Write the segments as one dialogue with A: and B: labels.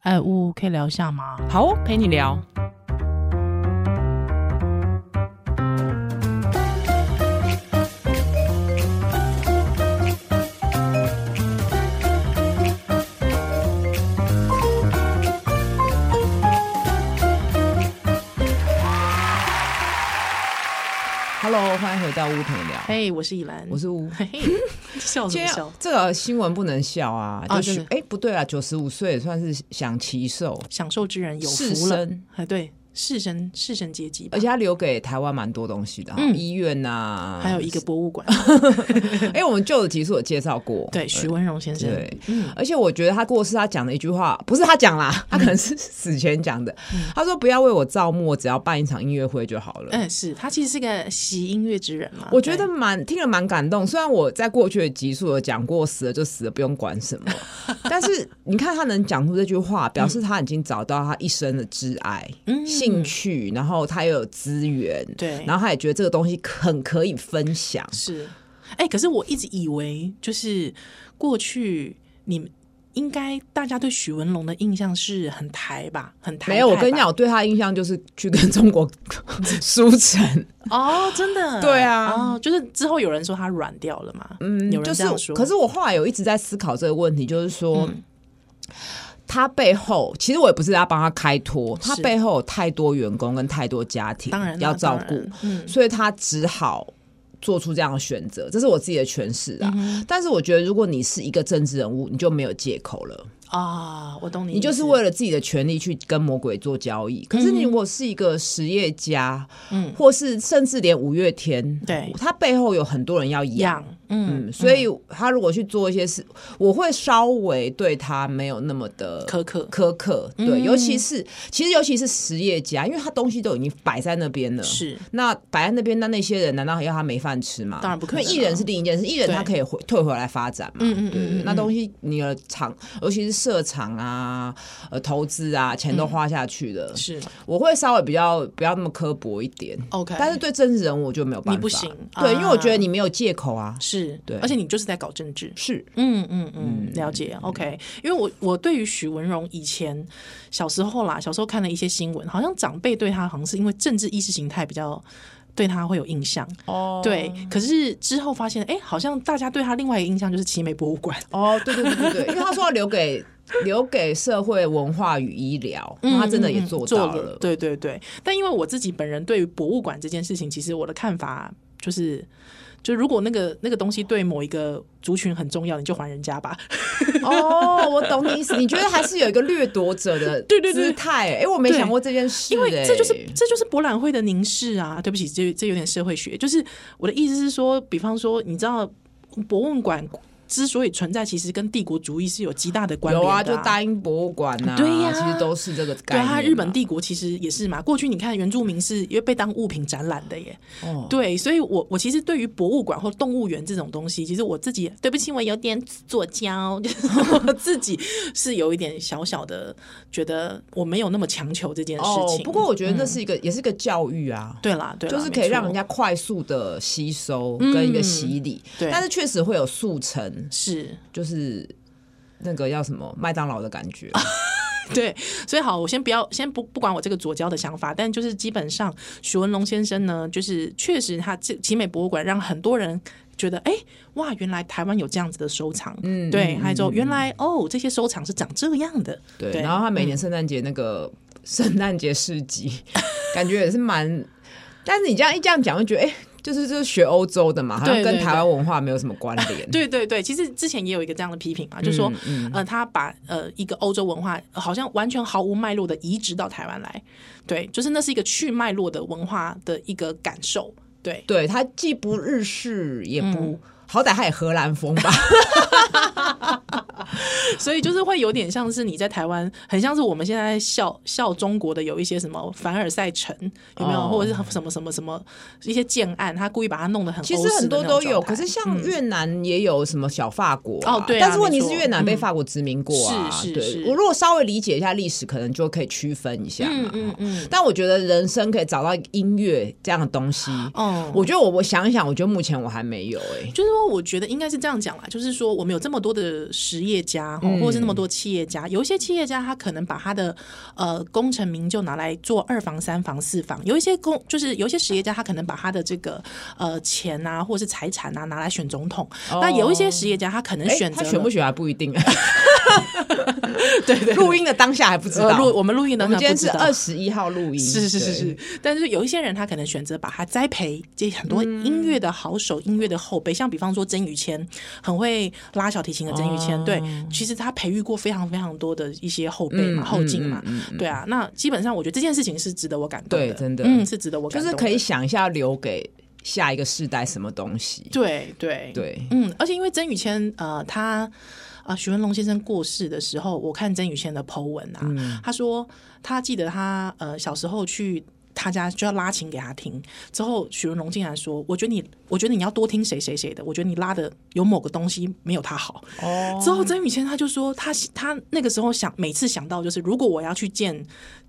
A: 哎，呜，可以聊一下吗？
B: 好哦，陪你聊。Hello，欢迎回到屋陪你聊。
A: 嘿、我是以兰，
B: 我是屋。
A: 嘿嘿，笑什
B: 今
A: 么
B: 天
A: 笑？
B: 这个新闻不能笑啊，
A: 啊
B: 就是
A: 是
B: 哎、不对啊，九十五岁也算是享其寿，
A: 享受之人有
B: 士
A: 福了，
B: 绅
A: 哎，对，士绅士绅阶级吧
B: 而，且他留给台湾蛮多东西的、啊，
A: 嗯
B: 医院呐、啊，
A: 还有一个博物 馆，
B: 哎、我们旧的集数有介绍过，
A: 对，许文荣先生，
B: 对
A: 嗯，
B: 而且我觉得他过世，他讲的一句话，不是他讲 啦，他可能是死前讲的。他说：“不要为我造墓，我只要办一场音乐会就好了。
A: 嗯，是他其实是个喜音乐之人嘛，
B: 我觉
A: 对
B: 得蛮听了蛮感动，虽然我在过去的集数有讲过死了就死了，不用管什么， 但是你看他能讲出这句话，表示他已经找到他一生的挚爱、
A: 嗯
B: 兴趣，然后他又有资源，
A: 对，
B: 然后他也觉得这个东西很可以分享。
A: 是，哎、可是我一直以为，就是过去你们应该大家对许文龙的印象是很台吧，很台派吧。
B: 没有，我跟你讲，我对他的印象就是去跟中国 书城，
A: 哦，真的，
B: 对啊
A: 哦，就是之后有人说他软掉了嘛，
B: 嗯
A: 有人
B: 就
A: 这
B: 是
A: 样说，嗯
B: 可是我后来有一直在思考这个问题，就是说。他背后，其实我也不是要帮他开脱，他
A: 是
B: 背后有太多员工跟太多家庭，
A: 当然啦
B: 要照
A: 当
B: 顾
A: 然，嗯
B: 所以他只好做出这样的选择，这是我自己的诠释啊。
A: 嗯
B: 但是我觉得，如果你是一个政治人物，你就没有借口了，
A: 啊，我懂你意思，
B: 你就是为了自己的权利去跟魔鬼做交易。可是你如果是一个实业家，
A: 嗯
B: 或是甚至连五月天，
A: 对
B: 他背后有很多人要养。
A: 养，嗯，
B: 嗯，所以他如果去做一些事，我会稍微对他没有那么的
A: 苛刻嗯
B: 苛刻，对，尤其是其实尤其是实业家，因为他东西都已经摆在那边了，
A: 是
B: 那摆在那边，那那些人难道还要他没饭吃吗？
A: 当然不可能啊
B: 因为艺人是另一件事，艺人他
A: 对
B: 可以回退回来发展嘛，
A: 嗯嗯嗯
B: 对
A: 嗯嗯
B: 那东西你的厂，尤其是设厂啊、呃投资啊，钱都花下去了，
A: 是
B: 我会稍微比较不要那么刻薄一点。
A: OK，
B: 但是对政治人物我就没有办法，
A: 你不行
B: 对，因为我觉
A: 啊
B: 得你没有借口啊，
A: 是，
B: 对
A: 而且你就是在搞政治，
B: 是
A: 嗯嗯嗯，了解。OK，因为我我对于许文荣以前小时候啦，小时候看了一些新闻，好像长辈对他好像是因为政治意识形态比较对他会有印象，
B: 哦，
A: 对。可是之后发现，哎、好像大家对他另外一个印象就是奇美博物馆，
B: 哦，对对对对对，因为他说要留给留给社会文化与医疗，那他真的也
A: 嗯嗯嗯
B: 做
A: 做
B: 到了。
A: 对对对。但因为我自己本人对于博物馆这件事情，其实我的看法就是。就如果那个那个东西对某一个族群很重要，你就还人家吧。
B: 哦，我懂你意思，你觉得还是有一个掠夺者的
A: 对对对
B: 姿态、哎、我没
A: 对
B: 想过这件事、
A: 因为这就是
B: 哎
A: 这就是博览会的凝视啊！对不起，这这有点社会学。就是我的意思是说，比方说，你知道博物馆之所以存在，其实跟帝国主义是有极大的关联
B: 有
A: 的、
B: 啊，就大英博物馆呐、啊，
A: 对呀
B: 其实都是这个概
A: 对
B: 念、
A: 啊，日本，帝国其实也是嘛。过去你看原住民是因为被当物品展览的耶。
B: 哦
A: 对，所以我我其实对于博物馆或动物园这种东西，其实我自己对不起，我有点作娇，就是 我自己是有一点小小的觉得我没有那么强求这件事
B: 哦
A: 情。，
B: 不过我觉得那是一个，也是一个教育啊。
A: 对啦，对啦，
B: 就是可以
A: 没错嗯
B: 让人家快速的吸收跟一个洗礼，
A: 对
B: 但是确实会有速成，
A: 是
B: 就是那个叫什么麦当劳的感觉。
A: 对，所以好，我先不要先不不管我这个左交的想法，但就是基本上许文龙先生呢，就是确实他这集美博物馆让很多人。觉得哎、哇，原来台湾有这样子的收藏，嗯，对，还有说原来哦，这些收藏是长这样的，
B: 对，嗯然后他每年圣诞节那个 圣诞节市集， 感觉也是蛮……但是你这样一这样讲，会觉得哎、就是就是学欧洲的嘛，好像
A: 对
B: 跟
A: 对
B: 台湾文化没有什么关 联。
A: 对对对，其实之前也有一个这样的批评嘛，就说，呃，他把呃一个欧洲文化呃好像完全毫无脉络的移植到台湾来，对，就是那是一个去脉络的文化的一个感受，对，
B: 对，它既不日式，也不、好歹它也荷兰风吧。
A: 所以就是会有点像是你在台湾，很像是我们现在笑笑中国的有一些什么凡尔赛城有没有，
B: 哦
A: 或者是什么什么什么一些建案，他故意把它弄得很
B: 其
A: 欧
B: 实
A: 式的
B: 很多
A: 那种
B: 都有，
A: 状态
B: 可是像越南也有什么小法国、嗯啊
A: 哦对啊
B: 但是问题
A: 没
B: 是
A: 错
B: 越南被法国殖民过啊，
A: 嗯是是
B: 对
A: 是
B: 我如果稍微理解一下历史，可能就可以区分一下嘛。
A: 嗯嗯
B: 但我觉得人生可以找到音乐这样的东西。
A: 哦
B: 我觉得我我想一想，我觉得目前我还没有哎、
A: 就是说，我觉得应该是这样讲啦，就是说我们有这么多的实业家，
B: 嗯
A: 哦或者是那么多企业家，有一些企业家他可能把他的呃功成名就拿来做二房、三房、四房，有一些工就是有一些实业家他可能把他的这个呃钱啊，或者是财产啊拿来选总统，那有一些实业家他可能
B: 哎
A: 选择
B: 哦他
A: 了
B: 选不选还不一定。 对对，录音的当下还不知
A: 呃
B: 道。
A: 录我们录音的
B: 我们今天
A: 不
B: 是
A: 知道
B: 二十一号录音，
A: 是是是
B: 对
A: 是，但是有一些人他可能选择把他栽培，这很多
B: 嗯
A: 音乐的好手、音乐的后辈，像比方说曾宇谦，很会拉小提琴的曾宇谦，对，其实他培育过非常非常多的一些后辈嘛、
B: 哦嗯
A: 后进嘛，对啊，那基本上我觉得这件事情是值得我感动的，
B: 对真的
A: 嗯，是值得我
B: 就
A: 感动
B: 是
A: 的，
B: 可以想一下留给下一个世代什么东西。
A: 对对
B: 对，
A: 嗯，而且因为曾宇谦呃，他啊，许文龙先生过世的时候，我看曾宇谦的 Po 文啊，
B: 嗯
A: 他说他记得他呃小时候去。他家就要拉琴给他听，之后许文龙竟然说：“我觉得你，我觉得你要多听谁谁谁的，我觉得你拉的有某个东西没有他好。”
B: 哦，
A: 之后曾宇谦他就说他他那个时候想每次想到就是如果我要去见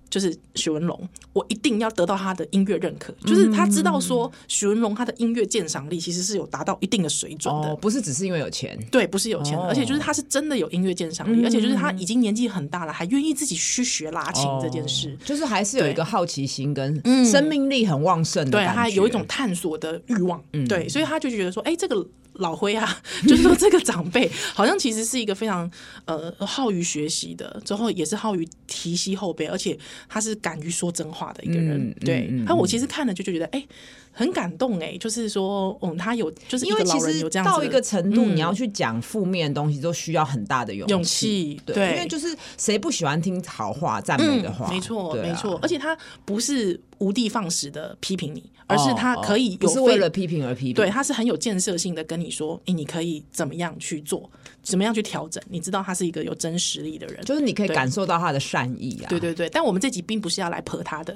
A: 就是许文龙，我一定要得到他的音乐认可，就是他知道说
B: 嗯
A: 许文龙他的音乐鉴赏力其实是有达到一定的水准的。
B: 哦，不是只是因为有钱，
A: 对，不是有钱，
B: 哦嗯
A: 而且就是他是真的有音乐鉴赏力，而且就是他已经年纪很大了，还愿意自己去学拉琴这件事
B: 哦。就是还是有一个好奇心跟
A: 嗯
B: 生命力很旺盛的
A: 对，
B: 感觉。嗯
A: 他有一种探索的欲望，对，所以他就觉得说，哎、这个老灰啊，就是说这个长 辈好像其实是一个非常呃好于学习的，之后也是好于提携后辈，而且他是敢于说真话的一个人，
B: 嗯
A: 对
B: 嗯嗯。
A: 那、我其实看了就就觉得，哎、很感动哎、就是说，嗯，他有就是一
B: 因
A: 个
B: 为
A: 老
B: 其
A: 人有
B: 实
A: 这样
B: 到
A: 子
B: 一
A: 的嗯
B: 个程度，你要去讲负面的东西，都需要很大的勇
A: 勇气，
B: 对，
A: 对，
B: 因为就是谁不喜欢听好话、赞美的话？
A: 嗯没错，
B: 对啊
A: 没错。，而且他不是无的放矢的批评你，而是他
B: 哦
A: 可以
B: 不
A: 有
B: 是
A: 非
B: 为了批评而批评。
A: 对，他是很有建设性的跟你说，诶，你可以怎么样去做，怎么样去调整。你知道他是一个有真实力的人。
B: 就是你可以
A: 对
B: 感受到他的善意啊。
A: 对对对，但我们这集并不是要来捧他的，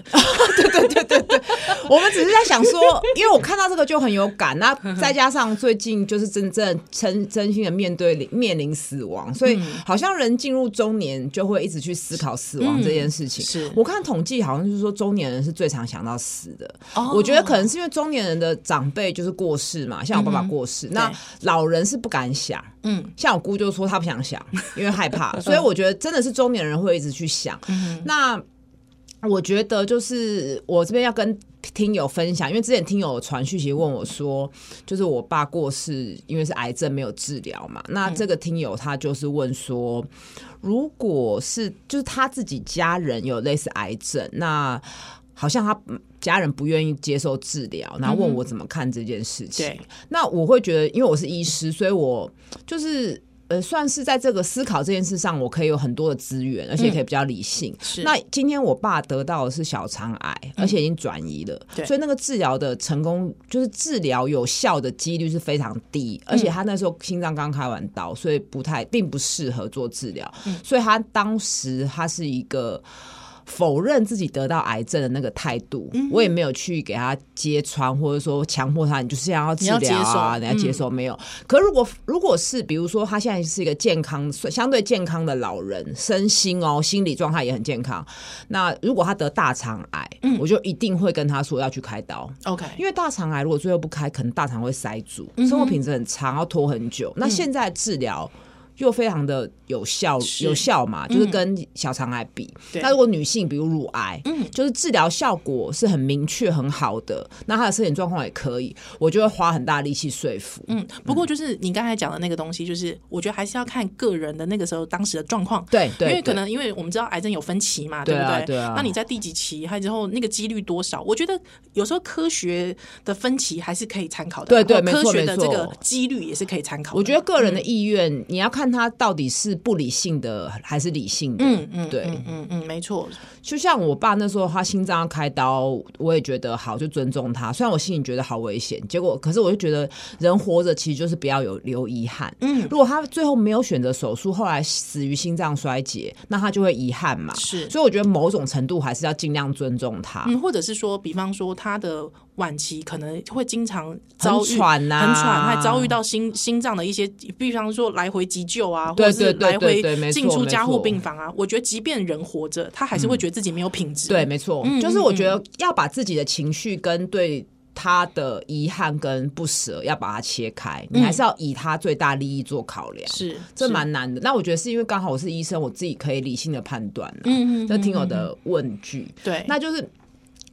B: 我们只是在想说，因为我看到这个就很有感， 那再加上最近就是真正真真心的面对面临死亡，所
A: 嗯
B: 以好像人进入中年就会一直去思考死亡这件事情。
A: 嗯是
B: 我看统计好像就是说中年人是最常想到死的，
A: 哦
B: 我觉得可能是因为中年人的长辈就是过世嘛，像我爸爸过世，那
A: 嗯对
B: 老人是不敢想，
A: 嗯，
B: 像我姑就说她不想想，因为害 怕，所以我觉得真的是中年人会一直去想，
A: 嗯
B: 那。我觉得就是我这边要跟听友分享，因为之前听友传讯息问我说，就是我爸过世，因为是癌症没有治疗嘛。那这个听友他就是问说，如果是就是他自己家人有类似癌症，那好像他嗯家人不愿意接受治疗，然后问我怎么看这件事 情。
A: 对
B: 那我会觉得，因为我是医师，所以我就是。呃，算是在这个思考这件事上，我可以有很多的资源，而且可以比较理性。
A: 是嗯
B: 那今天我爸得到的是小肠癌，而且已经转移了，
A: 对
B: 所以那个治疗的成功，就是治疗有效的几率是非常低，
A: 嗯
B: 而且他那时候心脏刚开完刀，所以不太并不适合做治疗，
A: 嗯
B: 所以他当时他是一个。否认自己得到癌症的那个态度，
A: 嗯
B: 我也没有去给他揭穿，或者说强迫他，你就是想要治疗啊，
A: 你
B: 你
A: 要
B: 要
A: 接受嗯
B: 接受没有？可如果如果是比如说他现在是一个健康相对健康的老人，身心哦心理状态也很健康，那如果他得大肠癌，
A: 嗯
B: 我就一定会跟他说要去开刀。
A: OK，
B: 因为大肠癌如果最后不开，可能大肠会塞住，
A: 嗯
B: 生活品质很差，要拖很久。那现在治疗又非常的有效，
A: 是嗯
B: 有效嘛，就是跟小肠癌比。
A: 对嗯
B: 那如果女性，比如乳癌，就是治疗效果是很明确、很好的，那她的身体状况也可以，我就会花很大力气说服。
A: 嗯，不过就是你刚才讲的那个东西，就是我觉得还是要看个人的那个时候当时的状况，
B: 对对
A: 因为可
B: 对
A: 能因为我们知道癌症有分期嘛，
B: 对
A: 不
B: 啊
A: 对？
B: 对啊
A: 那你在第几期，还有之后那个几率多少？我觉得有时候科学的分歧还是可以参考的，
B: 对对
A: 或
B: 没
A: 科
B: 错
A: 学
B: 没
A: 的这
B: 错
A: 个几率也是可以参考的。
B: 我觉得个
A: 嗯
B: 人的意愿，你要看他到底是不理性的还是理性的。
A: 嗯嗯，
B: 对
A: 嗯嗯嗯，没错，
B: 就像我爸那时候，他心脏要开刀，我也觉得好，就尊重他。虽然我心里觉得好危险，结果可是我就觉得人活着其实就是不要有留遗憾。嗯，如果他最后没有选择手术，后来死于心脏衰竭，那他就会遗憾嘛。
A: 是
B: 所以我觉得某种程度还是要尽量尊重他。
A: 嗯，或者是说，比方说他的晚期可能会经常
B: 很
A: 遭遇
B: 喘啊
A: 很喘，还遭遇到心心脏的一些，比方说来回急救啊，
B: 对
A: 或者
B: 对
A: 是
B: 对
A: 来
B: 对对
A: 回
B: 没
A: 进
B: 错
A: 出
B: 没
A: 加护
B: 错嗯
A: 病房啊。我觉得，即便人活着，他还是会觉得自己没有品质。
B: 对，没错，就是我觉得要把自己的情绪跟对。他的遗憾跟不舍要把它切开，你还是要以他最大利益做考量。
A: 是
B: 这
A: 是
B: 蛮难的，那我觉得是因为刚好我是医生，我自己可以理性的判断了、
A: 嗯嗯
B: 这听我的问句，
A: 对，
B: 那就是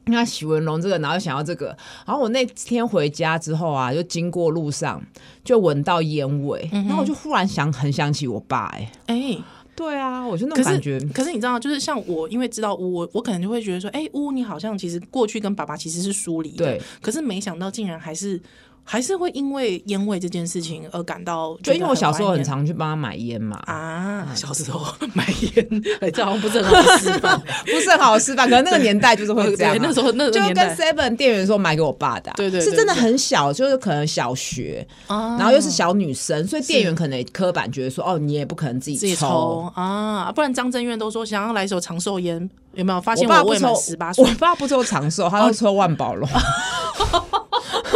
B: 那许文龙这个，然后又想要这个，然后我那天回家之后啊，就经过路上就闻到烟味，然后我就忽然想很想起我爸、哎，
A: 哎、
B: 对啊，我就那
A: 可是
B: 种感觉，
A: 可是你知道，就是像我，因为知道乌，我我可能就会觉得说，哎、乌你好像其实过去跟爸爸其实是疏离的
B: 对，
A: 可是没想到竟然还是还是会因为烟味这件事情而感到，
B: 就因为我小时候很
A: 常。
B: 常嗯去帮他买烟嘛，
A: 啊，小时候买烟，哎这好像不是很好示 范。
B: 不是很好示范，可能那个年代就是会这样啊、
A: 对，那时候那个
B: 就
A: 年
B: 跟
A: 代
B: Seven 店员说买给我爸的啊、
A: 对对对
B: 是真的很小，就是可能小学，
A: 啊，
B: 然后又是小女生，所以店员可能也刻板觉得说，哦，你也不可能自己
A: 自己抽啊，不然张震岳都说想要来首长寿烟，有没有发现
B: 我爸不
A: 未满
B: 抽
A: 十八岁哦
B: 我爸不抽长寿，他都抽万宝龙。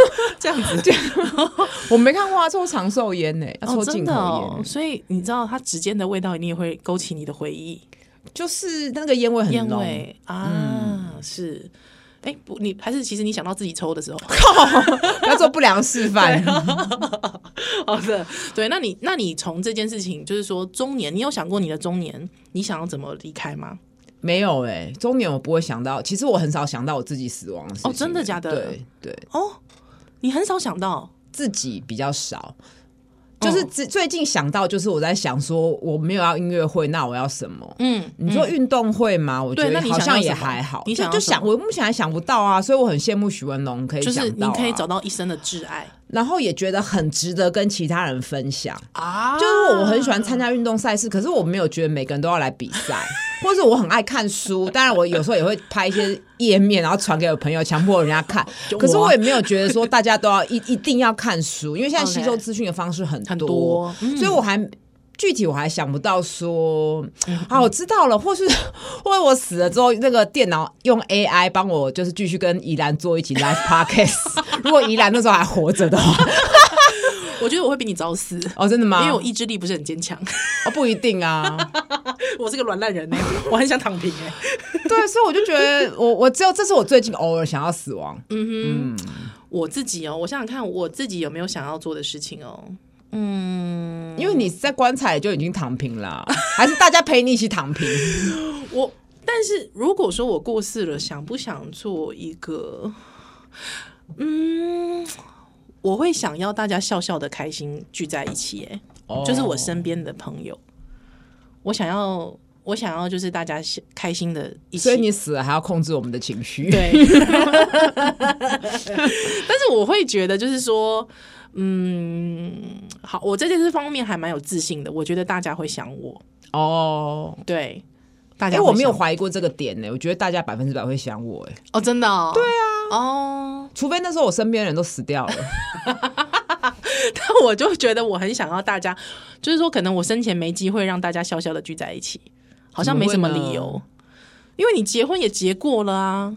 A: 这样子？
B: 我没看过他抽长寿烟呢、他抽
A: 哦，
B: 进
A: 真
B: 口
A: 的
B: 烟、
A: 哦，所以你知道它指尖的味道，你也会勾起你的回忆，
B: 就是那个烟味很
A: 烟
B: 浓。
A: 味啊，是。哎，不，你还是其实你想到自己抽的时候，
B: 不 要做不良示范。
A: 啊好的，对，那你那你从这件事情，就是说中年，你有想过你的中年，你想要怎么离开吗？
B: 没有哎、中年我不会想到，其实我很少想到我自己死亡的事情欸
A: 哦真的假的
B: 对对，
A: 哦，你很少想到，
B: 自己比较少。
A: 哦
B: 就是最最近想到，就是我在想说，我没有要音乐会，那我要什么？
A: 嗯，
B: 你说运动会吗？我觉
A: 对那
B: 得
A: 你
B: 好
A: 想要
B: 像也
A: 什么
B: 还好。
A: 你想要
B: 就就
A: 什
B: 想，我目前还想不到啊，所以我很羡慕许文龙可以
A: 就
B: 想到、
A: 是
B: 啊，
A: 你可以找到一生的挚爱
B: 然后也觉得很值得跟其他人分享。
A: 啊
B: 就是我很喜欢参加运动赛事，可是我没有觉得每个人都要来比 赛，或者我很爱看书，当然我有时候也会拍一些页面，然后传给我朋友，强迫人家看。
A: 啊
B: 可是我也没有觉得说大家都要一一定要看书，因为现在吸收
A: OK
B: 资讯的方式很多，
A: 很多嗯
B: 所以我还。具体我还想不到说，啊，我知道了，或是 或者我死了之后，那个电脑用 AI 帮我，就是继续跟宜兰做一集 live podcast。如果宜兰那时候还活着的话，
A: 我觉得我会比你早死，
B: 哦，真的吗？
A: 因为我意志力不是很坚强，
B: 哦不一定啊，
A: 我是个软烂人呢、欸 我很想躺平 哎、
B: 对，所以我就觉得我我只有这是我最近偶尔想要死亡，
A: 嗯我自己哦，我想想看，我自己有没有想要做的事情哦？
B: 因为你在棺材里就已经躺平了啊，还是大家陪你一起躺 平？
A: 我，但是如果说我过世了，想不想做一个？嗯，我会想要大家笑笑的开心聚在一起、欸，
B: 哦
A: 就是我身边的朋友，我想要，我想要就是大家笑开心的一起，
B: 所以你死了还要控制我们的情绪。
A: 对， 但是我会觉得就是说，嗯，好，我在这方面还蛮有自信的，我觉得大家会想我，
B: 哦，
A: 对，大
B: 哎、
A: 家会想、
B: 我没有怀疑过这个点呢、我觉得大家百分之百会想我、哎，
A: 哦，真的、哦，对啊，哦，
B: 除非那时候我身边的人都死掉了。
A: 但我就觉得我很想要大家，就是说，可能我生前没机会让大家笑笑的聚在一起，好像没什么
B: 怎么会
A: 理
B: 呢
A: 由，因为你结婚也结过了啊。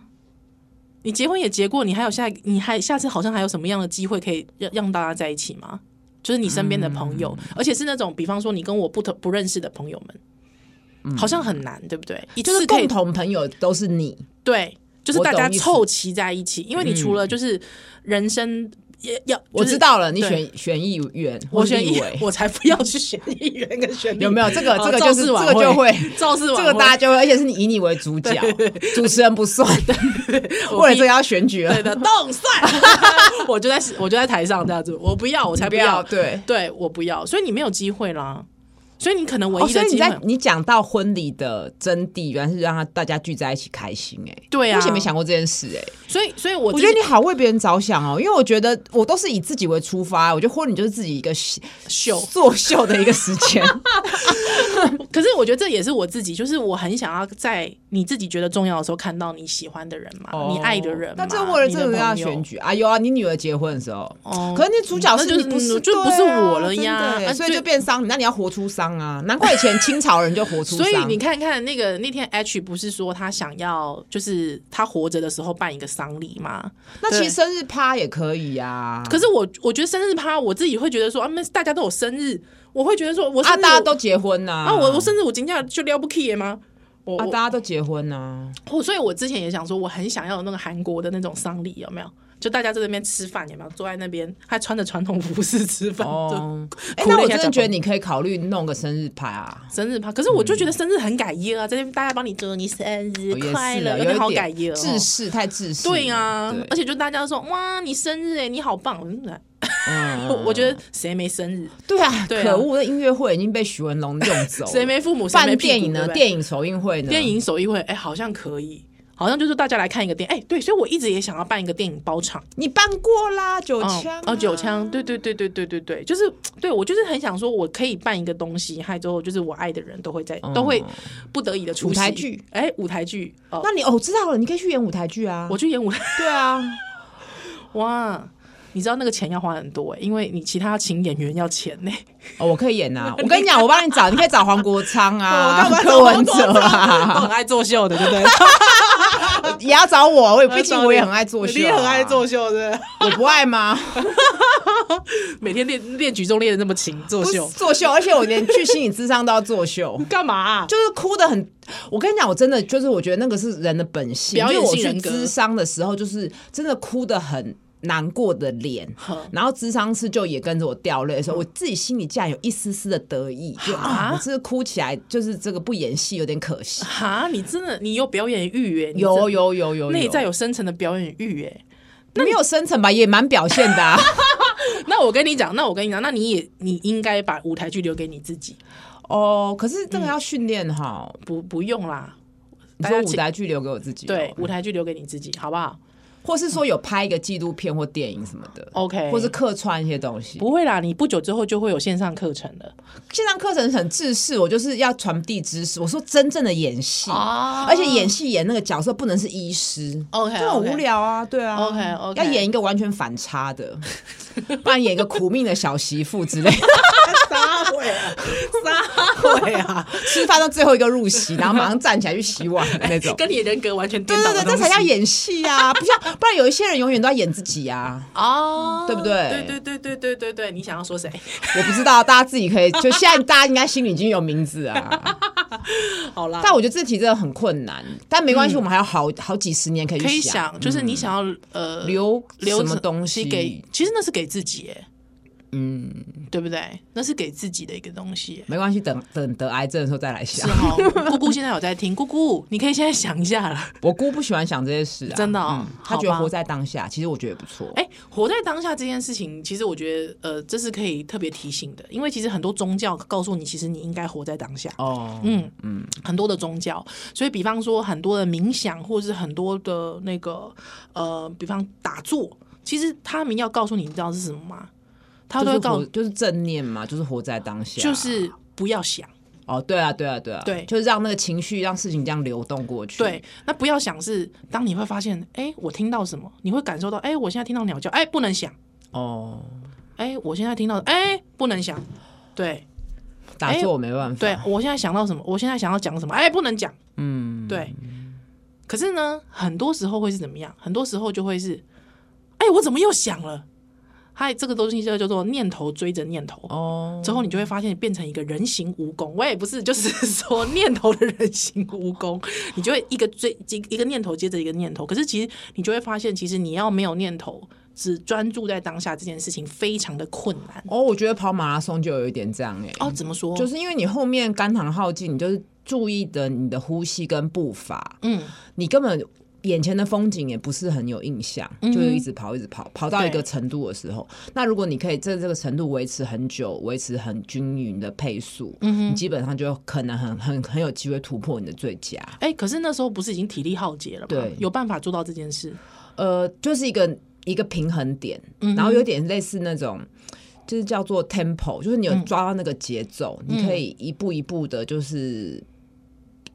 A: 你结婚也结过，你还有下，你还下次好像还有什么样的机会可以让让大家在一起吗？就是你身边的朋友，
B: 嗯
A: 而且是那种，比方说你跟我不同不认识的朋友们，好像很难，对不对？一
B: 嗯就是
A: 次可以
B: 共同朋友都是你，
A: 对，就是
B: 我
A: 大家
B: 懂意思嗯
A: 凑齐在一起，因为你除了就是人生也要，
B: 我
A: 就是
B: 知道了，你
A: 对
B: 选选议员，
A: 我选
B: 议
A: 议
B: 委，，
A: 我才不要去选议员跟选
B: 有没有？这个
A: 哦
B: 这个就是这个就会。
A: 造势晚会，造势晚
B: 这
A: 会
B: 个大家就会，而且是你以你为主角，主持人不算，为了这个要选举了
A: 对，的动算， 我就在我就在台上这样子，我不要，我才
B: 不
A: 要，
B: 要对。
A: 对我不要，所以你没有机会啦，所以你可能唯
B: 哦，
A: 一
B: 所
A: 的
B: 以你
A: 机会，
B: 在你讲到婚礼的真谛，原来是让他大家聚在一起开心哎、欸。
A: 对啊
B: 我以前没想过这件事哎、欸。
A: 所以所以我
B: 我
A: 自
B: 觉
A: 己
B: 得你好为别人着想哦，因为我觉得我都是以自己为出发，我觉得婚礼就是自己一个秀
A: 秀，
B: 作秀的一个时 间。
A: 可是我觉得这也是我自己，就是我很想要在你自己觉得重要的时候看到你喜欢的人嘛，你爱的人嘛，
B: 哦那这为了
A: 你
B: 这
A: 的
B: 个要
A: 朋友
B: 选举啊，有啊，你女儿结婚的时候，
A: 哦
B: 可是那主角是
A: 那就是
B: 你不是，
A: 嗯就
B: 对
A: 不是
B: 啊
A: 我了呀
B: 真的欸
A: 啊
B: 所以
A: 就
B: 就变伤你，那你要活出伤啊，难怪以前清朝人就活出伤。
A: 所以你看看那个那天 H 不是说他想要就是他活着的时候办一个丧礼吗？
B: 那其
A: 对
B: 实生日趴也可以呀、啊，
A: 可是我我觉得生日趴我自己会觉得说啊，那大家都有生日，我会觉得说我
B: 啊，
A: 生日
B: 大家
A: 我
B: 都结婚呐、啊，
A: 啊我我生日我今天就撩不起耶吗？我
B: 啊，
A: 我
B: 大家都结婚呐、啊。
A: 我所以，我之前也想说，我很想要有那个韩国的那种丧礼，有没有？就大家在那边吃饭，有没有坐在那边，还穿着传统服饰吃饭，
B: 哦，哎、
A: 苦
B: 那
A: 练
B: 我
A: 一下
B: 真
A: 脚
B: 的觉得
A: 步
B: 你可以考虑弄个生日牌啊。
A: 生日趴，可是我就觉得生日很改耶啊，在这边大家帮你祝你生日
B: 哦也
A: 快
B: 是
A: 乐，
B: 啊，
A: 有
B: 有一
A: 点好
B: 点
A: 改耶哦。
B: 自视太自视了。
A: 对啊，而
B: 且
A: 且就大家说哇，你生日哎，你好棒！我就
B: 嗯
A: 我 我觉得谁没生日，
B: 对啊，
A: 对啊
B: 可恶，那音乐会已经被许文龙用走了。
A: 谁没父母，谁没
B: 办
A: 屁股
B: 电影呢？
A: 对不对
B: 电影首映会呢？
A: 电影首映会，哎，好像可以，好像就是大家来看一个电，哎，对，所以我一直也想要办一个电影包场，
B: 你办过啦，九啊
A: 嗯
B: 枪
A: 哦，九枪，对对对对对对对，就是对我就是很想说，我可以办一个东西，还之后就是我爱的人都会在，都会不得已的出席
B: 嗯舞台剧，
A: 哎，舞台剧，哦，
B: 那你哦，知道了，你可以去演舞台剧啊。
A: 我去演舞台。
B: 对啊，
A: 哇，你知道那个钱要花很多哎、因为你其他请演员要钱欸呢、
B: 哦，我可以 演啊。我跟你讲，我帮你找，你可以找黄国昌啊
A: 我干嘛，
B: 柯文
A: 找黄
B: 哲
A: 国
B: 啊，
A: 都很爱作秀的，对不对？
B: 也要找我。我也毕竟我也很爱作秀，啊
A: 你也很爱，作秀，对不
B: 我不爱吗？
A: 对？每天练练举重练的那么勤，作
B: 不是
A: 秀
B: 作秀，而且我连去心理智商都要 作秀。
A: 干嘛啊、
B: 就是哭的很，我跟你讲，我真的就是我觉得那个是人的本性。
A: 表演
B: 就是我
A: 性
B: 去
A: 人格
B: 咨商的时候，就是真的哭的很难过的脸
A: 哼，
B: 然后咨商师就也跟着我掉泪的时候，我自己心里竟然有一丝丝的得意，就啊，我这哭起来就是这个不演戏有点可惜。
A: 哈，你真的你有表演欲耶、你真
B: 有
A: 的
B: 有有有
A: 内在有深层的表演欲耶、
B: 没有深层吧，也蛮表现 的、啊。
A: 那我跟你讲，那我跟你讲，那你也你应该把舞台剧留给你自己，
B: 哦，可是这个要训练哈。
A: 不不用啦。
B: 你
A: 嗯大
B: 说
A: 家
B: 舞
A: 请
B: 台剧留给我自己、哦
A: 对，舞台剧留给你自己，好不好？
B: 或是说有拍一个纪录片或电影什么的
A: OK
B: 或是客串一些东西。
A: 不会啦，你不久之后就会有线上课程了
B: 线上课程很自私，我就是要传递知识。我说真正的演戏，
A: 啊
B: 而且演戏演那个角色不能是医师。
A: OK，
B: 就很无聊啊，对啊
A: OK，OK
B: 要演一个完全反差的，不然演一个苦命的小媳妇之类的，
A: 撒谎，撒谎啊！
B: 吃饭到最后一个入席，然后马上站起来去洗碗的那种。
A: 跟你的人格完全
B: 对
A: 颠倒
B: 对
A: 的
B: 对，
A: 东
B: 这
A: 西，
B: 才叫演戏啊！不像，不然有一些人永远都在演自己啊。
A: 哦，
B: 对不对
A: 对对对对对对对，你想要说谁？
B: 我不知道，大家自己可以，就现在大家应该心里已经有名字啊。
A: 好啦，嗯
B: 但我觉得这题真的很困难，但没关系，我们还有好好几十年可以去
A: 可以想，就是你想要呃
B: 留
A: 留
B: 什么
A: 着
B: 东西
A: 给，其实那是给自己，嗯，对不对？那是给自己的一个东西耶。
B: 没关系，等等得癌症的时候再来想
A: 是。哦，姑姑现在有在听，姑姑，你可以现在想一下了。
B: 我姑不喜欢想这些事啊，
A: 真的哦
B: 她
A: 好
B: 觉得
A: 吧
B: 活在当下，其实我觉得也不错。
A: 哎、活在当下这件事情，其实我觉得，呃，这是可以特别提醒的，因为其实很多宗教告诉你，其实你应该活在当下。
B: 哦，
A: 嗯嗯，很多的宗教，所以比方说很多的冥想，或者是很多的那个呃，比方打坐，其实他们要告诉你，你知道是什么吗？他
B: 就
A: 都
B: 是
A: 会告
B: 活，，就是正念嘛，就是活在当下。
A: 就是不要想。
B: 哦，对啊，对啊，对啊，
A: 对
B: 就是让那个情绪，让事情这样流动过去。
A: 对，，那不要想是当你会发现，哎、我听到什么，你会感受到，哎、我现在听到鸟叫，哎、不能想，
B: 哦，
A: 哎、我现在听到，哎、不能想，对
B: 打
A: 哎
B: 坐我没办法。
A: 对，我现在想到什么，我现在想要讲什么，哎、不能讲，
B: 嗯，
A: 对。可是呢，很多时候会是怎么样？很多时候就会是，哎、我怎么又想了？嗨，这个东西就叫做念头追着念头。
B: 哦，
A: 之后你就会发现你变成一个人形蜈蚣，我也不是，就是 说念头的人形蜈蚣，你就会一个追一个念头接着一个念头。可是其实你就会发现，其实你要没有念头，只专注在当下这件事情，非常的困难。
B: 哦，我觉得跑马拉松就有一点这样哎、
A: 哦，怎么说？
B: 就是因为你后面肝糖耗尽，你就是注意的你的呼吸跟步伐，
A: 嗯，
B: 你根本眼前的风景也不是很有印象，就一直跑一直跑，跑到一个程度的时候，那如果你可以在这个程度维持很久，维持很均匀的配速，你基本上就可能很很很有机会突破你的最佳。
A: 哎、可是那时候不是已经体力耗竭了吗？
B: 对
A: 有办法做到这件事。
B: 呃，就是一个一个平衡点，然后有点类似那种。就是叫做 tempo，就是你有抓到那个节奏，你可以一步一步的，就是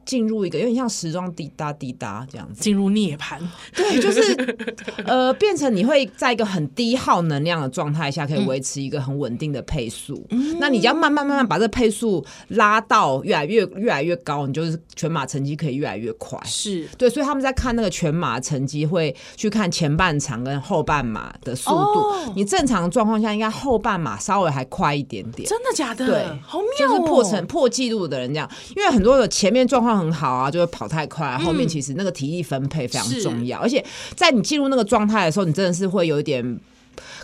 B: 进入一个有点像时钟滴答滴答这样子。
A: 进入涅槃，
B: 对，就是呃，变成你会在一个很低耗能量的状态下，可以维持一个很稳定的配速。那你只要慢慢慢慢把这个配速拉到越来越越来越高，你就是全马成绩可以越来越快。
A: 是
B: 对，所以他们在看那个全马成绩，会去看前半场跟后半马的速度。
A: 哦
B: 你正常状况下，应该后半马稍微还快一点点。
A: 真的假的？
B: 对
A: 好妙、哦，
B: 就是破成破纪录的人这样，因为很多的前面状况况很好啊，就会跑太快、啊。后面
A: 嗯
B: 其实那个体力分配非常重要，而且在你进入那个状态的时候，你真的是会有一点。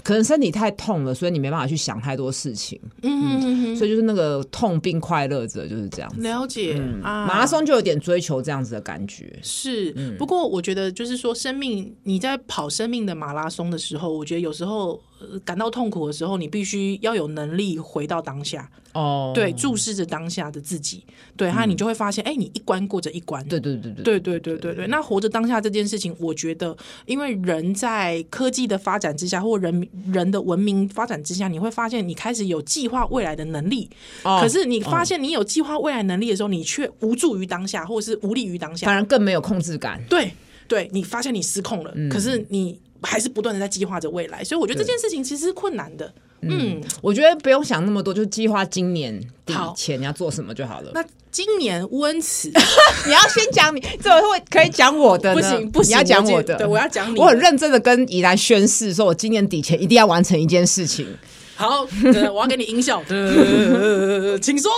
B: 可能身体太痛了，所以你没办法去想太多事情，
A: 嗯嗯嗯，嗯
B: 所以就是那个痛并快乐着，就是这样子。
A: 了解啊，
B: 嗯马拉松就有点追求这样子的感觉。
A: 是，不过我觉得就是说，生命你在跑生命的马拉松的时候，我觉得有时候呃感到痛苦的时候，你必须要有能力回到当下，
B: 哦，
A: 对，注视着当下的自己，对，哈，你就会发现，哎，你一关过着一关，
B: 对对对对
A: 对对对对对，那活着当下这件事情，我觉得，因为人在科技的发展之下，或人人的文明发展之下，你会发现你开始有计划未来的能力。
B: 哦
A: 可是你发现你有计划未来能力的时候，你却无助于当下，或者是无力于当
B: 反
A: 下。
B: 而更没有控制感。
A: 对对，你发现你失控了，可是你还是不断的在计划着未来，所以我觉得这件事情其实是困难的。嗯，
B: 我觉得不用想那么多，就计划今年底
A: 好
B: 前你要做什么就好了。
A: 那今年乌恩慈
B: 你要先讲你，怎么会可以讲我 的呢？
A: 不行不行，
B: 你要讲我
A: 我
B: 的，
A: 对，我要讲你的，
B: 我很认真的跟怡兰宣誓，说我今年底前一定要完成一件 事情，
A: 好，呃我要给你音效，呃请说。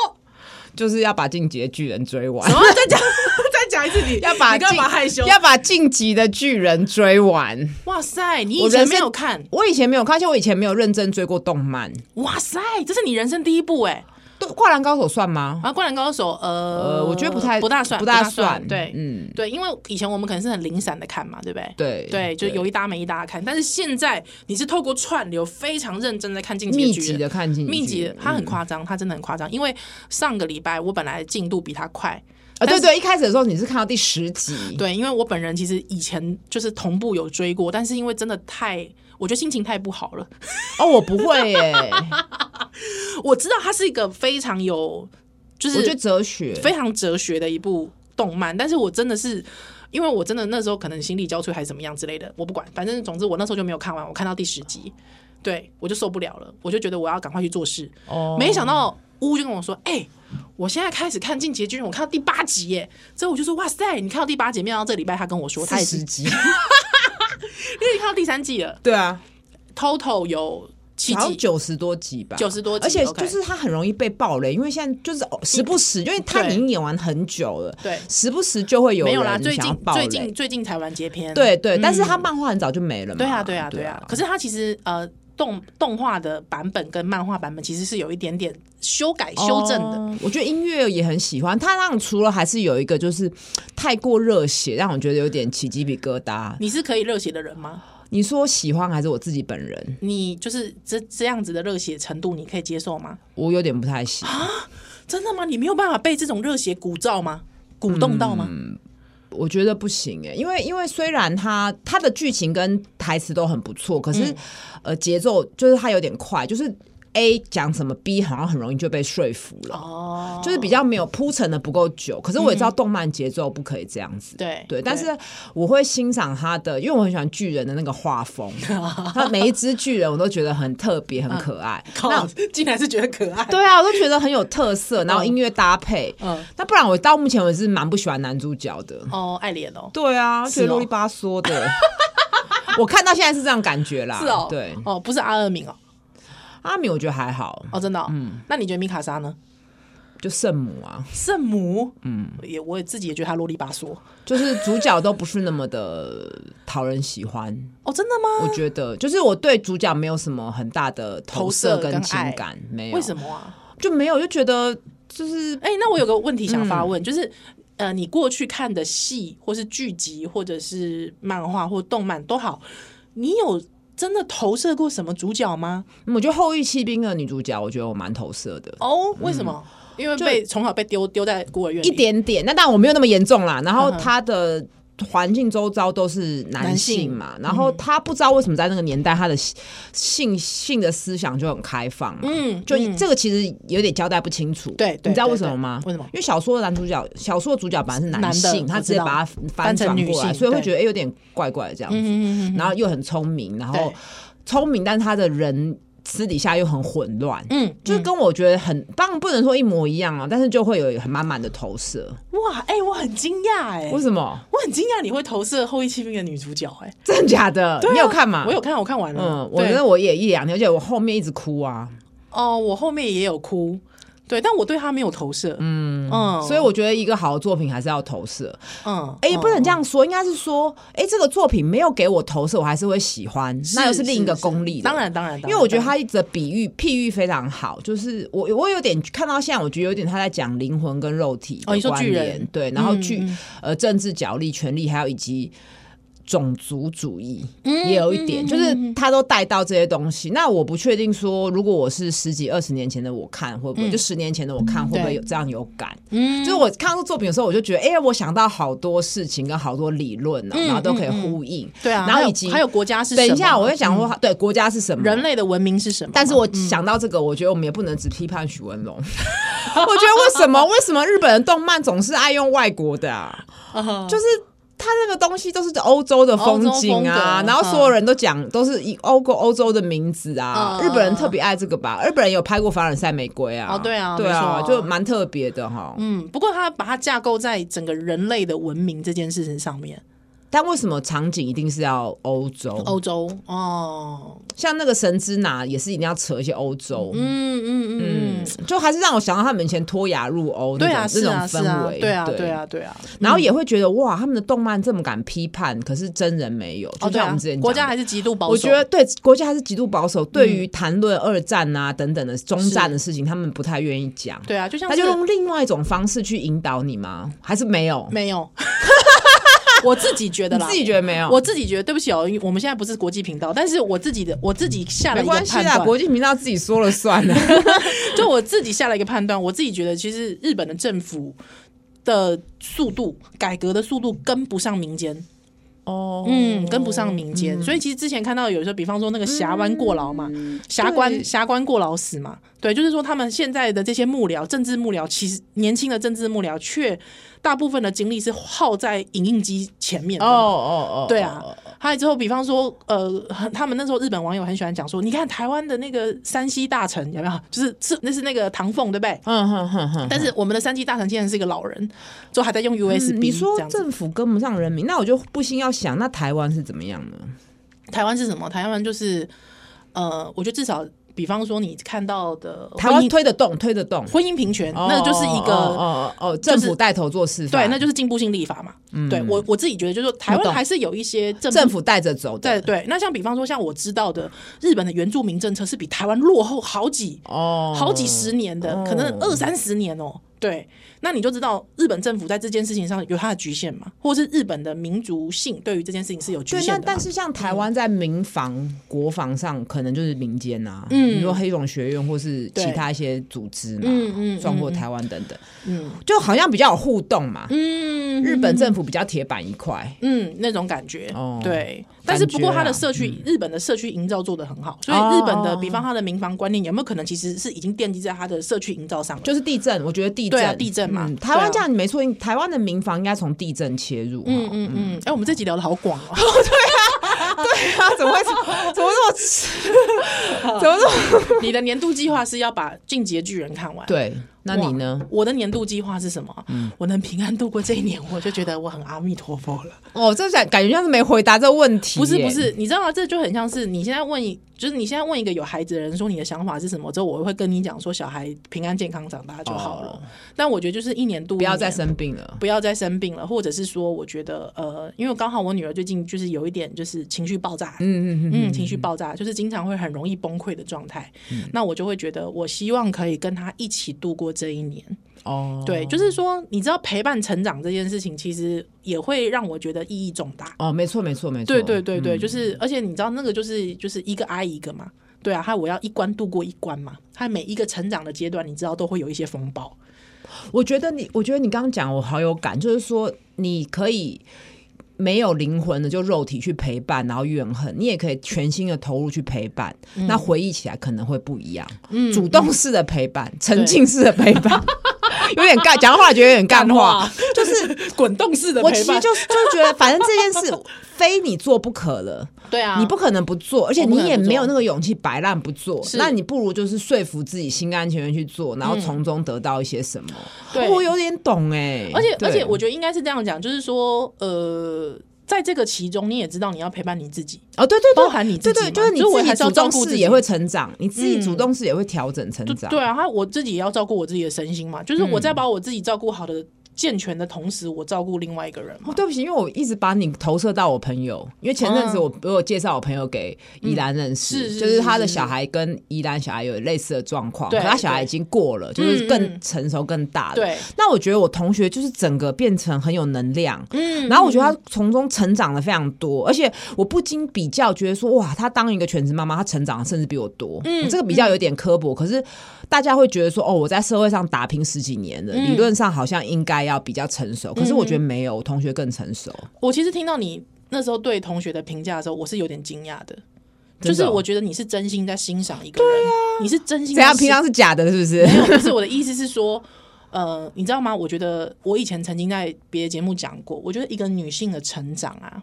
B: 就是要把《进击的巨人》追完
A: 然。后再讲再讲一次你，
B: 要把
A: 你干
B: 进
A: 嘛害羞？
B: 要把《晋级的巨人》追完。
A: 哇塞，你
B: 我
A: 以前
B: 人生
A: 没有看，
B: 我以前没有看，而且我以前没有认真追过动漫。
A: 哇塞，这是你人生第一部哎。
B: 对，《灌篮高手》算吗？
A: 啊，《灌篮高手》呃，
B: 呃我觉得不太
A: 不大算，
B: 不
A: 大
B: 大
A: 算，
B: 算
A: 对，嗯
B: 嗯，
A: 对，因为以前我们可能是很零散的看嘛，对不对？
B: 对
A: 对，就有一搭没一搭看，但是现在你是透过串流非常认真的看进
B: 密
A: 击巨
B: 集
A: 人
B: 的嗯看进去，
A: 密集的，他很夸张，他真的很夸张，因为上个礼拜我本来进度比他快。
B: 啊，
A: 但
B: 对
A: 是
B: 对，一开始的时候你是看到第十集，
A: 对，因为我本人其实以前就是同步有追过，但是因为真的太，我觉得心情太不好了，
B: 哦，我不会耶，
A: 我知道它是一个非常有，就
B: 我觉得
A: 是
B: 哲学
A: 非常哲学的一部动漫，但是我真的是。因为我真的那时候可能心力交瘁还是怎么样之类的，我不管，反正总之我那时候就没有看完，我看到第十集，
B: 嗯
A: 对我就受不了了，我就觉得我要赶快去做事。
B: 哦
A: 没想到乌就跟我说：“哎、我现在开始看《进击的巨人》，我看到第八集耶。”之后我就说：“哇塞，你看到第八集？”没想到这礼拜他跟我说，他也是，
B: 四
A: 因
B: 十集，
A: 为你看到第三季了
B: 对啊，
A: ，total 有七
B: 好像
A: 集，
B: 九十多集吧，
A: 90多集
B: 而且
A: OK
B: 就是它很容易被爆雷，因为现在就是哦时不时，因为它已经演完很久了，
A: 对
B: 时不时就会有
A: 没
B: 人
A: 有啦，最
B: 想要
A: 近
B: 爆
A: 最
B: 雷，
A: 近最近才完结篇，
B: 对对，
A: 嗯
B: 但是它漫画很早就没了嘛，
A: 对啊，对啊，对
B: 对
A: 啊。可是它其实呃，动动画的版本跟漫画版本其实是有一点点修改啊修正的。
B: 哦我觉得音乐也很喜欢，它让除了还是有一个就是太过热血，让我觉得有点起鸡皮疙瘩。
A: 你是可以热血的人吗？
B: 你说喜欢还是我自己本人？
A: 你就是这这样子的热血程度，你可以接受吗？
B: 我有点不太喜欢，
A: 真的吗？你没有办法被这种热血鼓噪吗？鼓动到吗？
B: 嗯我觉得不行哎、因为因为虽然它它的剧情跟台词都很不错，可是、呃节奏就是它有点快，就是 A 讲什么 B 好像很容易就被说服了，
A: 哦，
B: 就是比较没有铺陈的不够久。可是我也知道动漫节奏不可以这样子，
A: 对
B: 对，但是我会欣赏他的，因为我很喜欢巨人的那个画风，他每一只巨人我都觉得很特别、很可爱。
A: 靠
B: 那，
A: 竟然是觉得可爱。
B: 对啊，我都觉得很有特色，然后音乐搭配。
A: 嗯
B: 嗯，那不然我到目前为止是蛮不喜欢男主角的。
A: 哦，爱脸哦。
B: 对啊，
A: 哦
B: 觉得啰里吧嗦的。 我看到现在是这样感觉啦。
A: 是哦，
B: 对，
A: 哦，不是阿尔敏哦，
B: 阿米我觉得还好，
A: 哦，真的、哦，嗯，那你觉得米卡莎呢？
B: 就圣母啊，
A: 圣母，嗯，也我也自己也觉得她啰里吧嗦，
B: 就是主角都不是那么的讨人喜欢。
A: 哦，真的吗？
B: 我觉得，就是我对主角没有什么很大的投射跟情
A: 投射跟
B: 感，没有。
A: 为什么啊？
B: 就没有？就觉得就是
A: 哎、那我有个问题想发问，就是呃，你过去看的戏，或是剧集，或者是漫画或动漫都好，你有真的投射过什么主角吗？
B: 嗯我觉得《后羿弃兵》的女主角，我觉得我蛮投射的。
A: 哦，为什么？因为被从小被丢丢在孤儿院里
B: 一点点，那但我没有那么严重啦。然
A: 嗯
B: 后她的环境周遭都是男性嘛，然后她不知道为什么在那个年代，她的性性的思想就很开放嘛。
A: 嗯
B: 就
A: 嗯
B: 这个其实有点交代不清楚。
A: 对对
B: 你知道
A: 对
B: 为什么
A: 对
B: 吗？
A: 为什么
B: 因为小说的男主角，小说的主角本来是
A: 男
B: 男
A: 的
B: 性，
A: 我
B: 他
A: 知
B: 直接
A: 道
B: 把它
A: 翻
B: 翻
A: 成
B: 转
A: 女
B: 过来，
A: 性
B: 所以会
A: 对
B: 觉得哎、有点怪怪的这样子。
A: 嗯嗯嗯
B: 然后又很聪明，然后
A: 对
B: 聪明，但是他的人私底下又很混乱，
A: 嗯，
B: 就是跟我觉得很，当然不能说一模一样啊，但是就会有很满满的投射。
A: 哇，哎、我很惊讶哎，
B: 为什么？
A: 我很惊讶你会投射《后羿弃兵》的女主角哎、
B: 真的假的？
A: 对啊
B: 你有看吗？
A: 我有。看，我看完了。
B: 嗯，我
A: 对
B: 觉得我也一两天，而且我后面一直哭啊。
A: 哦，我后面也有哭，对，但我对她没有投射。嗯，嗯，
B: 所以我觉得一个好的作品还是要投射。
A: 嗯，
B: 哎、
A: 嗯
B: 不能这样说，应该是说，哎、这个作品没有给我投射，我还是会喜欢，那又是另一个功力的
A: 当然，当然，当
B: 因为我觉得
A: 然
B: 他的比喻、譬喻非常好，就是我我有点看到现在，我觉得有点他在讲灵魂跟肉体
A: 哦
B: 的
A: 你说
B: 关
A: 巨
B: 联，
A: 人
B: 对，然后
A: 嗯
B: 具、
A: 嗯
B: 呃政治角力、权力，还有以及种族主义、
A: 嗯
B: 也有一点，
A: 嗯嗯
B: 就是他都带到这些东西。那我不确定说，如果我是十几二十年前的我看会不会，就十年前的我看会
A: 嗯
B: 不会
A: 对
B: 有这样有感？
A: 嗯
B: 就是我看到作品的时候，我就觉得，哎、我想到好多事情跟好多理论呢、
A: 嗯
B: 然后都可以
A: 嗯嗯
B: 呼应。
A: 对啊，
B: 然后
A: 还有
B: 以及
A: 还有国家是什
B: 等
A: 么，嗯
B: 一下，我会想说，对国家是什么？
A: 人类的文明是什么？
B: 但是我想到这个，我觉得我们也不能只批判许文龙。我 觉得为什么为什么日本的动漫总是爱用外国的啊？
A: 嗯
B: 就是它那个东西都是欧洲的风景啊
A: 欧洲风，格嗯
B: 然后所有人都讲都是以欧国欧洲的名字啊。
A: 嗯
B: 日本人特别爱这个吧？日本人有拍过《凡尔赛玫瑰》啊，
A: 哦对啊
B: 对啊，
A: 没错
B: 就蛮特别的哈。
A: 嗯，不过它把它架构在整个人类的文明这件事情上面，
B: 但为什么场景一定是要欧洲？
A: 欧洲哦，
B: 像那个《神之拿》也是一定要扯一些欧洲。
A: 嗯嗯嗯
B: 嗯，就还是让我想到他们以前脱牙入欧那
A: 对
B: 种、
A: 啊，
B: 那
A: 是
B: 种
A: 啊，是
B: 氛
A: 啊
B: 围，，
A: 对啊，对啊，对啊，
B: 然后也会觉得哇，他们的动漫这么敢批判，可是真人没有，
A: 哦，
B: 就
A: 对
B: 像我
A: 啊
B: 们之前，
A: 国
B: 讲
A: 家
B: 的。
A: 还是极度保守，
B: 我觉得对国家还是极度保守，对于谈论二战啊等等的中战
A: 是
B: 的事情，他们不太愿意讲。
A: 对啊，就像
B: 那就是用另外一种方式去引导你吗？还是没有？
A: 没 有，我自己觉得
B: 你
A: 啦
B: 自。己觉得没有？
A: 我自己觉得，对不起哦，因为我们现在不是国际频道，但是我自己的我自己下了
B: 没
A: 一个
B: 关
A: 判
B: 系啦，
A: 断，
B: 国际频道自己说了算了。
A: 就我自己下了一个判断，我自己觉得其实日本的政府的速度改革的速度跟不上民间，
B: 哦，
A: 嗯，跟不上民间，所以其实之前看到有时候，比方说那个峡湾过劳嘛，
B: 嗯
A: 峡关峡关过劳死嘛，对，就是说他们现在的这些幕僚、政治幕僚，其实年轻的政治幕僚却大部分的精力是耗在影印机前面的
B: 哦
A: 嘛。
B: 哦哦，
A: 对啊，还有之后，比方说，呃，很他们那时候日本网友很喜欢讲说，你看台湾的那个山西大臣有没有？就是是那是那个唐凤对不对？
B: 嗯哼哼哼。
A: 但是我们的山西大臣竟然是一个老人，就还在用
B: 嗯
A: USB
B: 你说
A: 这样子。
B: 政府跟不上人民，那我就不禁要想，那台湾是怎么样呢？
A: 台湾是什么？台湾就是呃，我觉得至少，比方说你看到的
B: 台
A: 婚
B: 湾
A: 姻
B: 推得动，推得动，
A: 婚姻平权，那就是一个、
B: 哦哦哦哦，政府带头做示范，
A: 对，那就是进步性立法嘛。对我我自己觉得，就是说台
B: 嗯我懂
A: 湾还是有一些政
B: 政府带着走的。
A: 对对。那像比方说，像我知道的，日本的原住民政策是比台湾落后好几
B: 哦，
A: 好几十年的，可能二三十年哦。对，那你就知道日本政府在这件事情上有它的局限嘛，或者是日本的民族性对于这件事情是有局
B: 对，
A: 限
B: 那
A: 的嘛。
B: 但是像台湾在民防、国防上，可能就是民间呐、啊，嗯，比如说黑种学院或是其他一些组织嘛，
A: 嗯嗯
B: 撞过台湾等等，
A: 嗯
B: 就好像比较有互动嘛。
A: 嗯，
B: 日本政府比较铁板一块，
A: 嗯，那种感觉，
B: 哦
A: 对。但是不过
B: 感觉啊
A: 它的社区，日本的社区营造做得很好，所以
B: 哦
A: 日本的，比方它的民房观念有没有可能其实是已经奠基在它的社区营造上了？
B: 就是地震，我觉得地震，
A: 对啊地震嘛
B: 嗯台湾
A: 对啊
B: 这样没错，台湾的民防应该从地震切入，
A: 嗯嗯嗯。哎、我们这集聊的好广哦、
B: 他啊怎么会怎么这么 怎么这么
A: 你的年度计划是要把《进击的巨人》看完，。
B: 对？那你呢？？嗯
A: 我的年度计划是什么？我能平安度过这一年，我就觉得我很阿弥陀佛了。
B: 哦，这感感觉像是没回答这个问题
A: 不
B: 耶。
A: 是不是，你知道吗？这就很像是你现在问一，就是你现在问一个有孩子的人说你的想法是什么之后，我会跟你讲说小孩平安健康长大就好了。
B: 哦
A: 但我觉得就是一年度
B: 不要
A: 一年
B: 再生病了。
A: 不要再生病了，或者是说，我觉得呃，因为刚好我女儿最近就是有一点就是情绪爆炸，
B: 嗯嗯嗯，嗯
A: 嗯，情绪爆炸就是经常会很容易崩溃的状态。那我就会觉得，我希望可以跟她一起度过这一年。
B: 哦，
A: 对，就是说，你知道陪伴成长这件事情，其实也会让我觉得意义重大。
B: 哦，没错没错没错，
A: 对对对
B: 嗯
A: 对，就是而且你知道那个就是就是一个挨一个嘛。对啊，还有我要一关度过一关嘛。他每一个成长的阶段，你知道都会有一些风暴。
B: 我觉得你，我觉得你刚刚讲我好有感，就是说你可以。没有灵魂的，就肉体去陪伴，然后怨恨，你也可以全心的投入去陪伴，
A: 嗯
B: 那回忆起来可能会不一样。主动式的陪伴，沉浸式的陪 伴，有点干，讲到话觉得有点干话，就是
A: 滚动式的
B: 我
A: 陪
B: 其
A: 伴
B: 实，就是就是觉得，反正这件事非你做不可了，
A: 对啊，
B: 你不可能不做，而且
A: 我不
B: 你
A: 可能
B: 也
A: 不
B: 没有
A: 做
B: 那个勇气摆烂不做。
A: 是嗯
B: 那你不如就是说服自己心甘情愿去做，然后从中得到一些什么。
A: 对
B: 我有点懂哎、
A: 而且
B: 对
A: 而且，我觉得应该是这样讲，就是说，呃，在这个其中，你也知道你要陪伴你自己，
B: 哦，对对对，
A: 包含你自己嘛
B: 对对，就是你
A: 就是我
B: 自
A: 也
B: 己
A: 还是要
B: 主
A: 照
B: 动
A: 顾自
B: 式
A: 己嗯
B: 也会成长，你自己主动式也会调整成长。嗯
A: 对啊，他我自己也要照顾我自己的身心嘛，就是我在把我自己照顾好的、健全的同时，我照顾另外一个人嘛
B: 哦，。对不起，因为我一直把你投射到我朋友，因为前阵子我我有介绍我朋友给宜兰认
A: 嗯
B: 识，
A: 是是
B: 就是他的
A: 是是
B: 小孩跟宜兰小孩有类似的状况，
A: 对
B: 可他小孩已经过了，就是
A: 嗯
B: 更
A: 嗯
B: 成熟、更大了。
A: 对，
B: 那我觉得我同学就是整个变成很有能量，
A: 嗯
B: 然后我觉得他从中成长的非常多，而且我不经比较，觉得说哇，他当一个全职妈妈，他成长得甚至比我多。嗯，这个比较有点刻薄，可是大家会觉得说哦，我在社会上打拼十几年了，
A: 嗯
B: 理论上好像应该要比较成熟，可是我觉得没有，我同学更成熟。
A: 我其实听到你那时候对同学的评价的时候，我是有点惊讶的，就
B: 真
A: 是
B: 的哦啊
A: 我觉得你是真心在欣赏一个人，你是嗯真心
B: 怎
A: 在
B: 样？
A: 欣
B: 平常是假的，是不 是？
A: 没有，不是我的意思是说，呃，你知道吗？我觉得我以前曾经在别的节目讲过，我觉得一个女性的成长啊，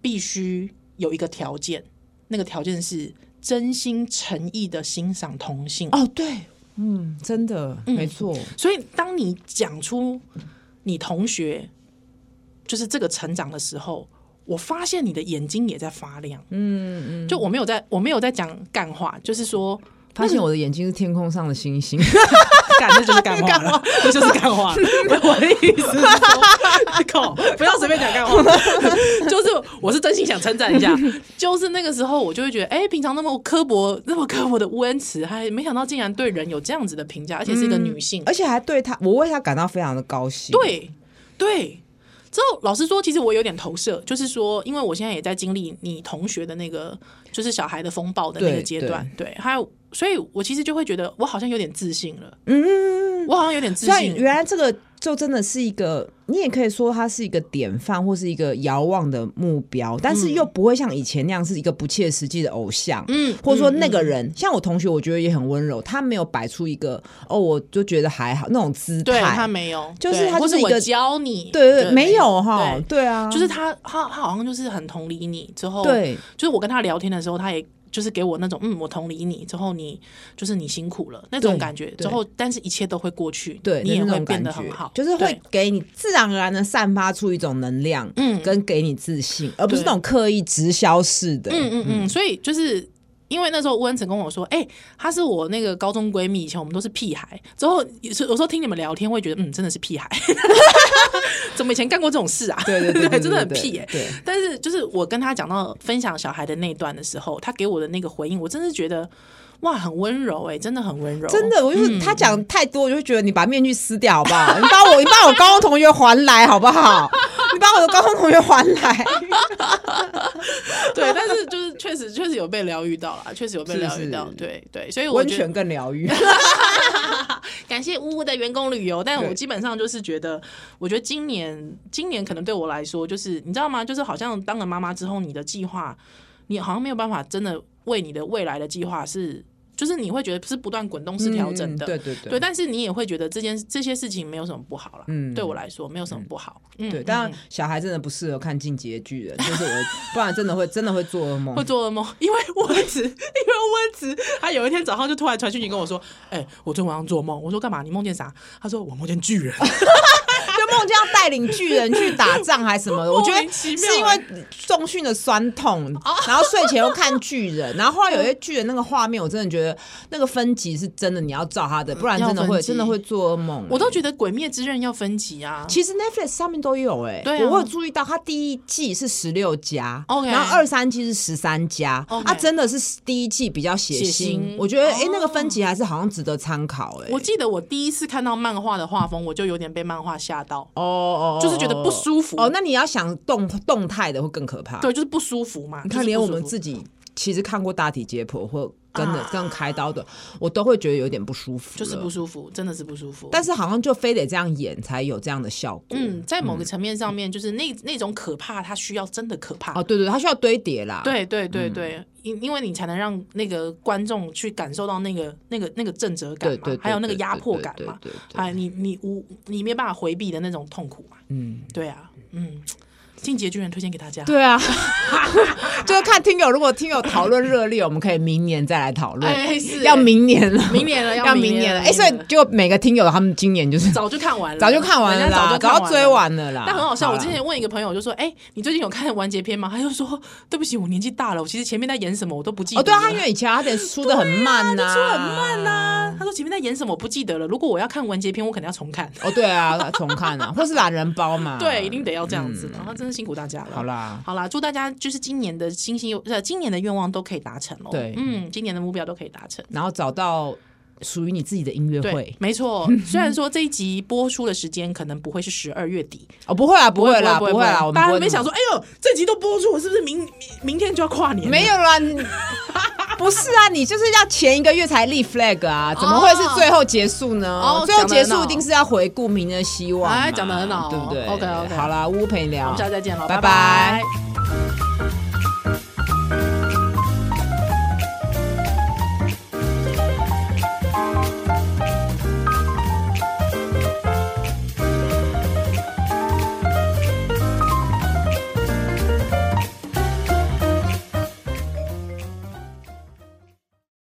A: 必须有一个条件，那个条件是真心诚意的欣赏同性。
B: 哦，对，嗯， 真的，没错。
A: 所以，当你讲出你同学就是这个成长的时候，我发现你的眼睛也在发亮。嗯嗯，就我没有在，我没有在讲干话，就是说，
B: 发现我的眼睛是天空上的星星，
A: 干这就是干话了，这 就是干话。我的意思是说，靠，不要随便讲干话。 就是我是真心想称赞一下，就是那个时候我就会觉得，哎、平常那么刻薄、那么刻薄的无恩词，还没想到竟然对人有这样子的评价，而且是一个女性。
B: 而且还对他，我为他感到非常的高兴。，
A: 对对。之后，老实说，其实我有点投射，就是说，因为我现在也在经历你同学的那个，就是小孩的风暴的那个
B: 对
A: 阶段，对，还有，所以我其实就会觉得，我好像有点自信了，嗯，我好像有点自
B: 所以
A: 信了，
B: 原来这个就真的是一个，你也可以说它是一个典范或是一个遥望的目标，但是又不会像以前那样是一个不切实际的偶像。
A: 嗯，
B: 或者说
A: 嗯
B: 那个人，像我同学，我觉得也很温柔，他没有摆出一个哦，我就觉得还好那种姿态，
A: 对他没有，
B: 就是
A: 对
B: 他
A: 或
B: 就是是一
A: 我
B: 个
A: 教你，
B: 对对对没有哈
A: 对，
B: 对啊，
A: 就是哦他他他好像就是很同理你，之后
B: 对
A: 就是我跟他聊天的时候，他也就是给我那种嗯，我同理你，之后你就是你辛苦了那种
B: 对
A: 感觉，之
B: 对
A: 后但是一切都会过去，
B: 对
A: 你也
B: 那
A: 会
B: 种
A: 变
B: 感
A: 得
B: 觉
A: 很好，
B: 就是会
A: 对
B: 给你自然而然的散发出一种能量，
A: 嗯
B: 跟给你自信，而不是
A: 对
B: 那种刻意直销式的，
A: 嗯嗯嗯，所以就是。因为那时候温晨跟我说：“哎、她是我那个高中闺蜜，以前我们都是屁孩。之后有时有时候听你们聊天，会觉得嗯，真的是屁 孩，怎么以前干过这种事啊？
B: 对对对对，
A: 真的很
B: 对
A: 屁耶、
B: 对，
A: 但是就是我跟他讲到分享小孩的那一段的时候，他给我的那个回应，我真是觉得哇，很温柔哎、真的很温柔，
B: 真的，我就是他讲太多，我就觉得你把面具撕掉好 不好？你把我，你把我高中同学还来好不好？ 你把我的高中同学还 来，
A: 对。但是就是确实确实有被疗愈到啦，确实有被
B: 是
A: 疗愈
B: 是
A: 到，对对。所以我
B: 温
A: 觉得
B: 泉更疗愈。
A: 感谢呜呜的员工旅游，但我
B: 对
A: 基本上就是觉得，我觉得今年今年可能对我来说，就是你知道吗？就是好像当了妈妈之后，你的计划，你好像没有办法真的为你的未来的计划是，就是你会觉得是不断滚动式调整的，
B: 嗯对对对
A: 但是你也会觉得这件这些事情没有什么不好啦，
B: 嗯
A: 对我来说没有什么不好，嗯，
B: 对，
A: 嗯
B: 当然小孩真的不适合看《进击的巨人》，就是我，不然真的会真的会做噩 梦
A: 会。做噩梦，因为温子，因为温子，他有一天早上就突然传讯息跟我说：“哎、我昨天晚上做梦。”我说：“干嘛？你梦见啥？”他说：“我梦见巨人。”
B: 就梦见要带领巨人去打仗还是什么的，我觉
A: 莫
B: 得
A: 名其
B: 是
A: 妙哦
B: 因为重训的酸痛，然后睡前又看巨人，然后后来有些巨人那个画面，我真的觉得那个分级是真的，你要照他的，不然真
A: 嗯要
B: 的
A: 分
B: 会
A: 级
B: 真的会做噩梦。啊
A: 我都觉得《鬼灭之刃》要分级啊，
B: 其实 Netflix 上面都有哎、
A: 对啊
B: 我有注意到，它第一季是十六家
A: OK
B: 然后二三季是十三家
A: OK
B: 啊，真的是第一季比较血腥，
A: 血腥
B: 我觉得哎、
A: 哦
B: 那个分级还是好像值得参考哎、
A: 我记得我第一次看到漫画的画风，我就有点被漫画吓到，
B: 哦哦，哦
A: 就是觉得不舒服
B: 哦。那你要想动动态的会更可怕，
A: 对，就是不舒服嘛。
B: 你
A: 就
B: 看
A: 是
B: 连
A: 不
B: 我
A: 舒
B: 们
A: 服
B: 自己其实看过大体解剖或跟的
A: 啊
B: 跟开刀的，我都会觉得有点不舒服，
A: 就是不
B: 服。
A: 舒服，真的是不舒服。
B: 但是好像就非得这样演才有这样的效果。
A: 嗯，在某个层面上面，就是那那种可怕，它需要真的可怕。
B: 哦，啊嗯对对，它需要堆叠啦。
A: 对对对对，因因为你才能让那个观众去感受到那个那个那个震折感
B: 对
A: 嘛
B: 对，对
A: 还有那个
B: 对
A: 压
B: 对
A: 迫
B: 对
A: 感
B: 对
A: 嘛
B: 对，对
A: 哎，你你无你没办法回避的那种痛苦嘛，
B: 嗯，
A: 对啊，嗯，进阶居然推荐给大家。
B: 对啊，就是看听友，如果听友讨论热烈，我们可以明年再来讨论。
A: 哎是
B: 要明年了，
A: 明年了，
B: 要
A: 明
B: 年
A: 了。
B: 了。哎，所以就每个听友他们今年就是
A: 早就看完了，
B: 早就看完了
A: 人家早
B: 啦，
A: 就看
B: 早就追完啊了啦。
A: 但很好笑，我
B: 啦
A: 之前问一个朋友，我就说：“哎、你最近有看完结篇吗？”他 就说：“对不起，我年纪大了，我其实前面在演什么我都不记得。”
B: 哦，对啊，他因为以前他得出的很慢呐，
A: 说很慢呐、。 他说前面在演什么我不记得了。如果我要看完结篇，我可能要重看。
B: 哦，对啊，重看 啊，或是懒人包嘛。
A: 对，一定得要这样子。然后真的辛苦大家了。
B: 嗯好，啦，
A: 好啦，祝大家就是今年的新星呃，今年的愿望都可以达成哦。
B: 对
A: 嗯，今年的目标都可以达成。
B: 然后找到属于你自己的音乐
A: 对
B: 会，。
A: 没 错。虽然说这一集播出的时间可能不会是十二月底，
B: 哦，不会啦，不会啦，
A: 不
B: 会啦，我们
A: 大家那
B: 不会
A: 边想说，哎呦，这集都播出，我是不是明明明天就要跨年了？
B: 没有啦，你 不是啊，你就是要前一个月才立 flag 啊，怎么会是最后结束呢？
A: 哦
B: 最后
A: 讲
B: 结
A: 得很
B: 束
A: 好
B: 一定是要回顾明年的希望嘛，
A: 哎讲得很好
B: 对不对
A: OK，OK
B: 好啦，屋陪
A: 我
B: 聊
A: 们下，次再见了，
B: 拜
A: 拜
B: 拜
A: 拜